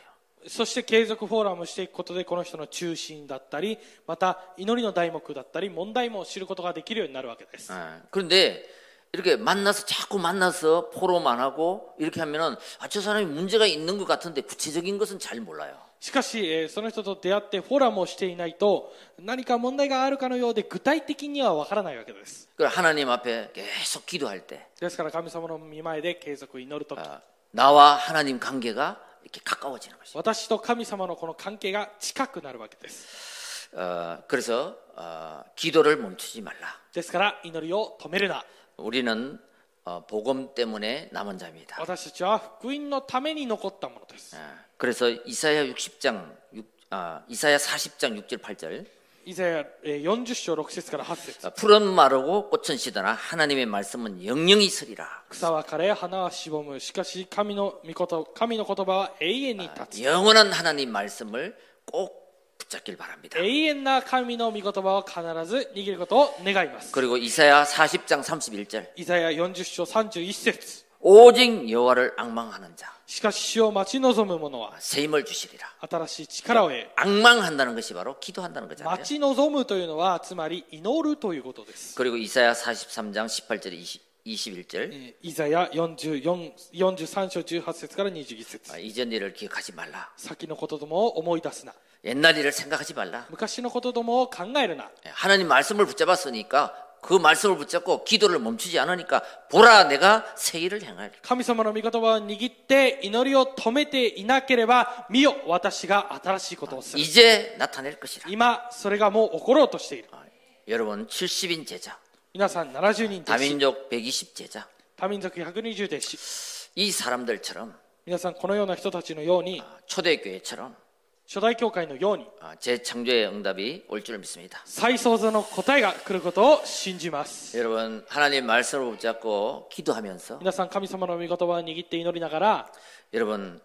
Speaker 2: そして継続フォーラムをしていくことでこの人の中心だったりまた祈りの題目だったり問題も知ることができるようになるわけです
Speaker 1: 예, 그런데 이렇게 만나서 자꾸 만나서 포럼 안 하고 이렇게 하면은 아, 저 사람이 문제가 있는 것 같은데 구체적인 것은 잘 몰라요.
Speaker 2: しかし、えーその人と出会ってフォーラムをしていないと何か問題があるかのようで具体的にはわからないわけです
Speaker 1: 그 하나님 앞에 계속 기도할 때
Speaker 2: ですから神様の見前で継続祈るとき
Speaker 1: 아, 나와 하나님 관계가 이렇게 가까워지는 것이죠.
Speaker 2: 私と神様のこの関係が近くなるわけです
Speaker 1: 어, 그래서 어, 기도를 멈추지 말라.
Speaker 2: ですから祈りを止めるな
Speaker 1: 우리는 어, 복음 때문에 남은 자입니다.
Speaker 2: 私たちは福音のために残ったものです
Speaker 1: 아, 그래서 이사야 60장 6, 아, 이사야 40장 6절 8절
Speaker 2: 以前えー40章6節から8節
Speaker 1: 아, 풀은 마르고 꽃은 시드나 하나님의 말씀은 영영이 서리라
Speaker 2: 草は枯れ花はしぼむしかし神の御こと神の言葉は永遠に立つ
Speaker 1: 영원한 하나님 말씀을 꼭 붙잡길 바랍니다
Speaker 2: 永遠な神の御言葉を必ず握ることを願います
Speaker 1: 그리고 이사야 40장 31절
Speaker 2: イザヤ40章31節
Speaker 1: 오직 여호와를 악망하는 자
Speaker 2: しかし死を待ち望む者は
Speaker 1: 세임을 주시리라
Speaker 2: 新しい力を得
Speaker 1: 악망한다는 것이 바로 기도한다는 거잖아요
Speaker 2: 待ち望むというのはつまり祈るということです、
Speaker 1: 그리고 이사야 43장 18절 20, 21절
Speaker 2: えーイザヤ44 43章18節から21節
Speaker 1: 아, 이전 일을 기억하지 말라
Speaker 2: 先のことどもを思い出すな
Speaker 1: 옛날 일을 생각하지 말라 예,
Speaker 2: 昔のことどもを考えるな
Speaker 1: 하나님 말씀을 붙잡았으니까 그 말씀을 붙잡고 기도를 멈추지 않으니까 보라 내가 새 일을 행하리라
Speaker 2: 神様の御言葉を握って祈りを止めていなければ見よ私が新しいことをする
Speaker 1: 이제 나타낼 것이라
Speaker 2: 今それがもう起ころうとしている
Speaker 1: 아, 여러분 70인 제자
Speaker 2: 皆さん70人弟子
Speaker 1: 다민족 120 제자
Speaker 2: 多民族120弟子
Speaker 1: 이 사람들처럼
Speaker 2: 皆さんこのような人たちのように
Speaker 1: 아, 초대교회처럼
Speaker 2: 初代教会のように
Speaker 1: 아, 재창조의 응답이 올 줄 믿습니다
Speaker 2: 再創造の答えが来ることを信じます
Speaker 1: 여러분 하나님 말씀을 붙잡고 기도하면서
Speaker 2: 皆さん神様の御言葉を握って祈りながら
Speaker 1: 여러분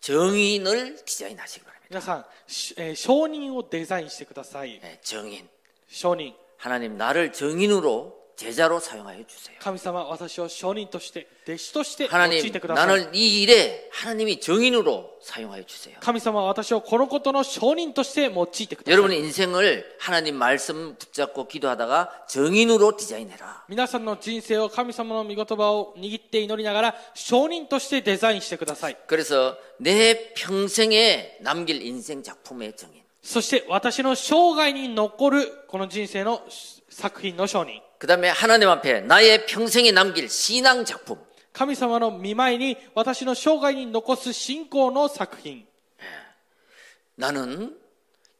Speaker 1: 정인을 디자인하시기 바랍니다
Speaker 2: 皆さん、しえー証人をデザインしてください
Speaker 1: 예, 정인
Speaker 2: 証人
Speaker 1: 하나님 나를 정인으로 제자로 사용하여 주세요
Speaker 2: 神様私を証人として弟子として用
Speaker 1: 하나님
Speaker 2: いてください
Speaker 1: 나는 이 일에 하나님이 정인으로 사용하여 주세요.
Speaker 2: 神様は私をこのことの証人として用いてください
Speaker 1: 여러분의 인생을 하나님 말씀 붙잡고 기도하다가 정인으로 디자인해라.
Speaker 2: 皆さんの人生を神様の御言葉を握って祈りながら証人としてデザインしてください
Speaker 1: 그래서 내 평생에 남길 인생 작품의 정인.
Speaker 2: そして私の生涯に残るこの人生の作品の証人
Speaker 1: 그 다음에 하나님 앞에 나의 평생에 남길 신앙 작품.
Speaker 2: 神様の見舞いに私の生涯に残す信仰の作品
Speaker 1: 나는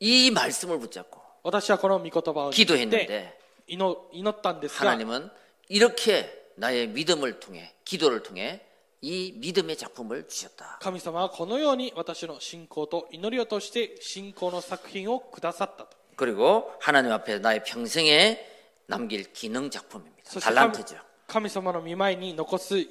Speaker 1: 이 말씀을 붙잡고
Speaker 2: 私はこの御言葉を握って
Speaker 1: 기도했는데
Speaker 2: 祈祈ったんですが
Speaker 1: 하나님은 이렇게 나의 믿음을 통해 기도를 통해 이 믿음의 작품을 주셨다.
Speaker 2: 神様はこのように私の信仰と祈りを通して信仰の作品をくださったと
Speaker 1: 그리고 하나님 앞에 나의 평생에 남길 기능 작품입니다.
Speaker 2: そして神
Speaker 1: 달란트죠.
Speaker 2: 神様の見舞いに残す一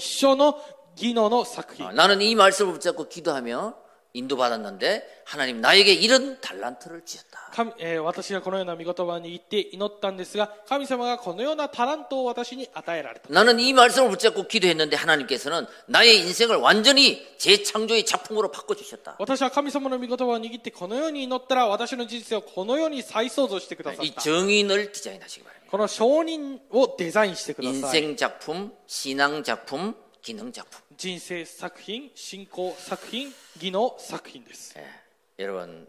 Speaker 2: 生の技能の作
Speaker 1: 어,
Speaker 2: 品
Speaker 1: 나는 이 말씀을 붙잡고 기도하며 인도받았는데 하나님 나에게 이런 달란트를 주셨다.
Speaker 2: 神えー私がこのような見言葉を握って祈ったんですが神様がこのようなタラントを私に与えられた
Speaker 1: 나는 이 말씀을 붙잡고 기도했는데 하나님께서는 나의 인생을 완전히 재창조의 작품으로 바꿔주셨다.
Speaker 2: 私は神様の見言葉を握ってこのように祈ったら私の人生をこのように再創造してくださっ
Speaker 1: 이
Speaker 2: た
Speaker 1: 정인을 디자인하시기 바랍니다.
Speaker 2: この証人をデザインしてください
Speaker 1: 인생 작품, 신앙 작품, 기능 작품.
Speaker 2: 人生作品信仰作品技能作品です
Speaker 1: 예, 여러분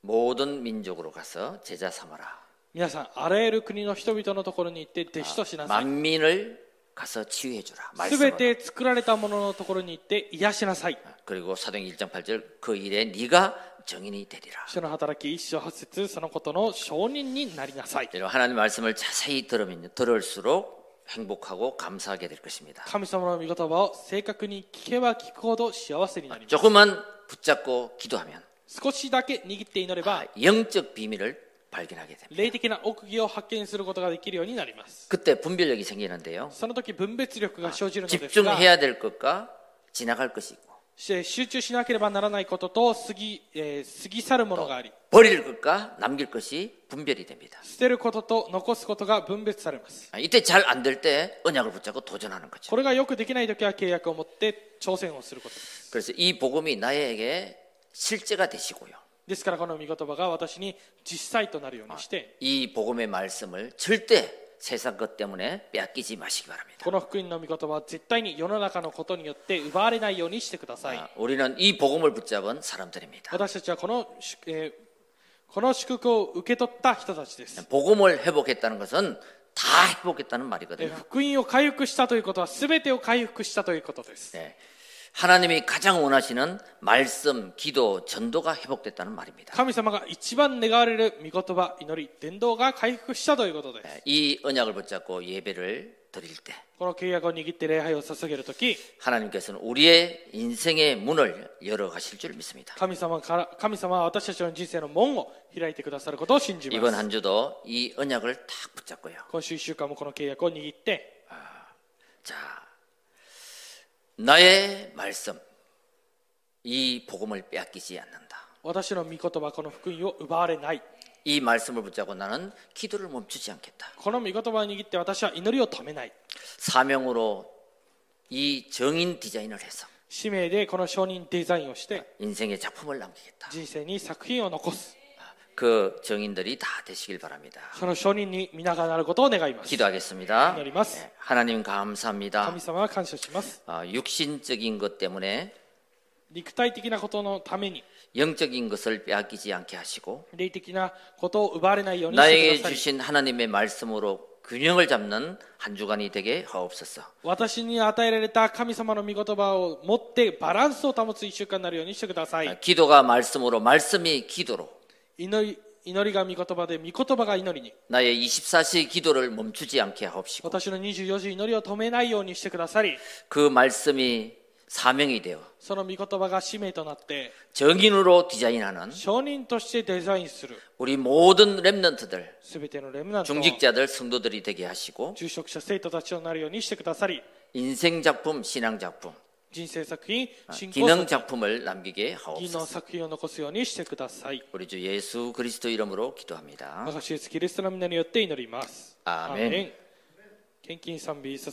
Speaker 1: 모든 민족으로 가서 제자 삼아라.
Speaker 2: 皆さんあらゆる国の人々のところに行って弟子としなさい
Speaker 1: 만민을 가서 치유해 주라.
Speaker 2: すべ
Speaker 1: 말씀으로.
Speaker 2: て作られたもののところに行って癒しなさい
Speaker 1: 예, 그리고 사도행 1장 8절 그 일에 네가 정인이 되리라.
Speaker 2: 主の働き一章八節そのことの証人になりなさい
Speaker 1: 여러분 하나님 말씀을 자세히 들으면 들을수록 행복하고 감사하게 될 것입니다.
Speaker 2: 神様の御言葉を正確に聞けば聞くほど幸せになります
Speaker 1: 조금만 붙잡고 기도하면
Speaker 2: 少しだけ握って祈れば
Speaker 1: 영적 비밀을 발견하게 됩니다.
Speaker 2: 霊的な奥義を発見することができるようになります
Speaker 1: 그때 분별력이 생기는데요.
Speaker 2: その時分別力が生じるのですが
Speaker 1: 집중해야 될 것과 지나갈 것이 있고
Speaker 2: し集中しなければならないことと過ぎ,、えー過ぎ去るものがあり
Speaker 1: 버릴 것과 남길 것이 분별이 됩니다.
Speaker 2: 捨てることと残すことが分別されます
Speaker 1: 아, 이때 잘 안 될 때 언약을 붙잡고 도전하는 거죠.
Speaker 2: これがよくできない時は契約を持って挑戦をすることです
Speaker 1: 그래서 이 복음이 나에게 실제가 되시고요.
Speaker 2: ですからこの御言葉が私に実際となるようにして
Speaker 1: 이 복음의 말씀을 절대 세상 것 때문에 빼앗기지 마시기 바랍니다.
Speaker 2: この福音の御言葉は絶対に世の中のことによって奪われないようにしてください
Speaker 1: 아, 우리는 이 복음을 붙잡은 사람들입니다.
Speaker 2: 私たちはこの,、えーこの祝福を受け取った人たちです。
Speaker 1: 복음을 회복했다는 것은 다 회복했다는
Speaker 2: え
Speaker 1: 말이거든요.
Speaker 2: 福音を回復したということは全てを回復したということです。
Speaker 1: 네. 하나님이 가장 원하시는 말씀, 기도, 전도가 회복됐다는 말입니다.
Speaker 2: 神様が一番願われる御言葉、祈り、伝道が回復したということです。
Speaker 1: 네. 이 언약을 붙잡고 예배를 드릴 때
Speaker 2: この契約を握って礼拝を捧げるとき、
Speaker 1: 하나님께서는 우리의 인생의 문을 열어 가실 줄 믿습니다.
Speaker 2: 神様から神様は私たちの人生の門を開いてくださることを信じ
Speaker 1: 이번
Speaker 2: ます。
Speaker 1: 한 주도 이 언약을 딱 붙잡고요.
Speaker 2: 今週1週間もこの契約を握って、
Speaker 1: 자, 나의 말씀, 이 복음을 빼앗기지 않는다.
Speaker 2: 私の御言葉、この福音を奪われない。
Speaker 1: 이 말씀을 붙잡고 나는 기도를 멈추지 않겠다.
Speaker 2: この御言葉を握って私は祈りを止めない。
Speaker 1: 사명으로 이 정인 디자인을 해서
Speaker 2: 使命でこの承認デザインをして、
Speaker 1: 인생의 작품을 남기겠다.
Speaker 2: 人生に作品を残す
Speaker 1: 그 정인들이 다 되시길 바랍니다.
Speaker 2: その証人に皆がなることを願います
Speaker 1: 기도하겠습니다.
Speaker 2: 기도하겠습니다.
Speaker 1: 네, 하나님 감사합니다.
Speaker 2: 神様は感謝します
Speaker 1: 아, 육신적인 것 때문에
Speaker 2: 肉体的なことのために
Speaker 1: 영적인 것을 빼앗기지 않게 하시고
Speaker 2: 霊的なことを奪われないようにしてく
Speaker 1: 나에게
Speaker 2: ださい
Speaker 1: 주신 하나님의 말씀으로 균형을 잡는 한 주간이 되게 하옵소서.
Speaker 2: 私に与えられた神様の御言葉を持ってバランスを保つ一週間になるようにしてくださ
Speaker 1: 아,
Speaker 2: い
Speaker 1: 기도가 말씀으로 말씀이 기도로
Speaker 2: 祈り祈りが御言葉で御言葉が祈りに
Speaker 1: 나의 24시 기도를 멈추지 않게 하옵시고
Speaker 2: 私の24時祈りを止めないようにしてくださり
Speaker 1: 그 말씀이 사명이 되어
Speaker 2: その御言葉が使命となって
Speaker 1: 정인으로 디자인하는
Speaker 2: 証人としてデザインする
Speaker 1: 우리 모든 랩런트들
Speaker 2: 全てのレムナント
Speaker 1: 중직자들 성도들이 되게 하시고
Speaker 2: 住職者生徒たちとなるようにしてくださり
Speaker 1: 인생 작품 신앙 작품
Speaker 2: 人生作品
Speaker 1: 아,
Speaker 2: 信仰
Speaker 1: 기능
Speaker 2: 作
Speaker 1: 작품을 남기게
Speaker 2: 品の
Speaker 1: 하옵소서
Speaker 2: 作品を残すようにしてください
Speaker 1: 우리 주 예수 그리스도 이름으로 기도합니다
Speaker 2: 私イエスキリストの皆によって祈ります
Speaker 1: アーメン
Speaker 2: 献金賛美させ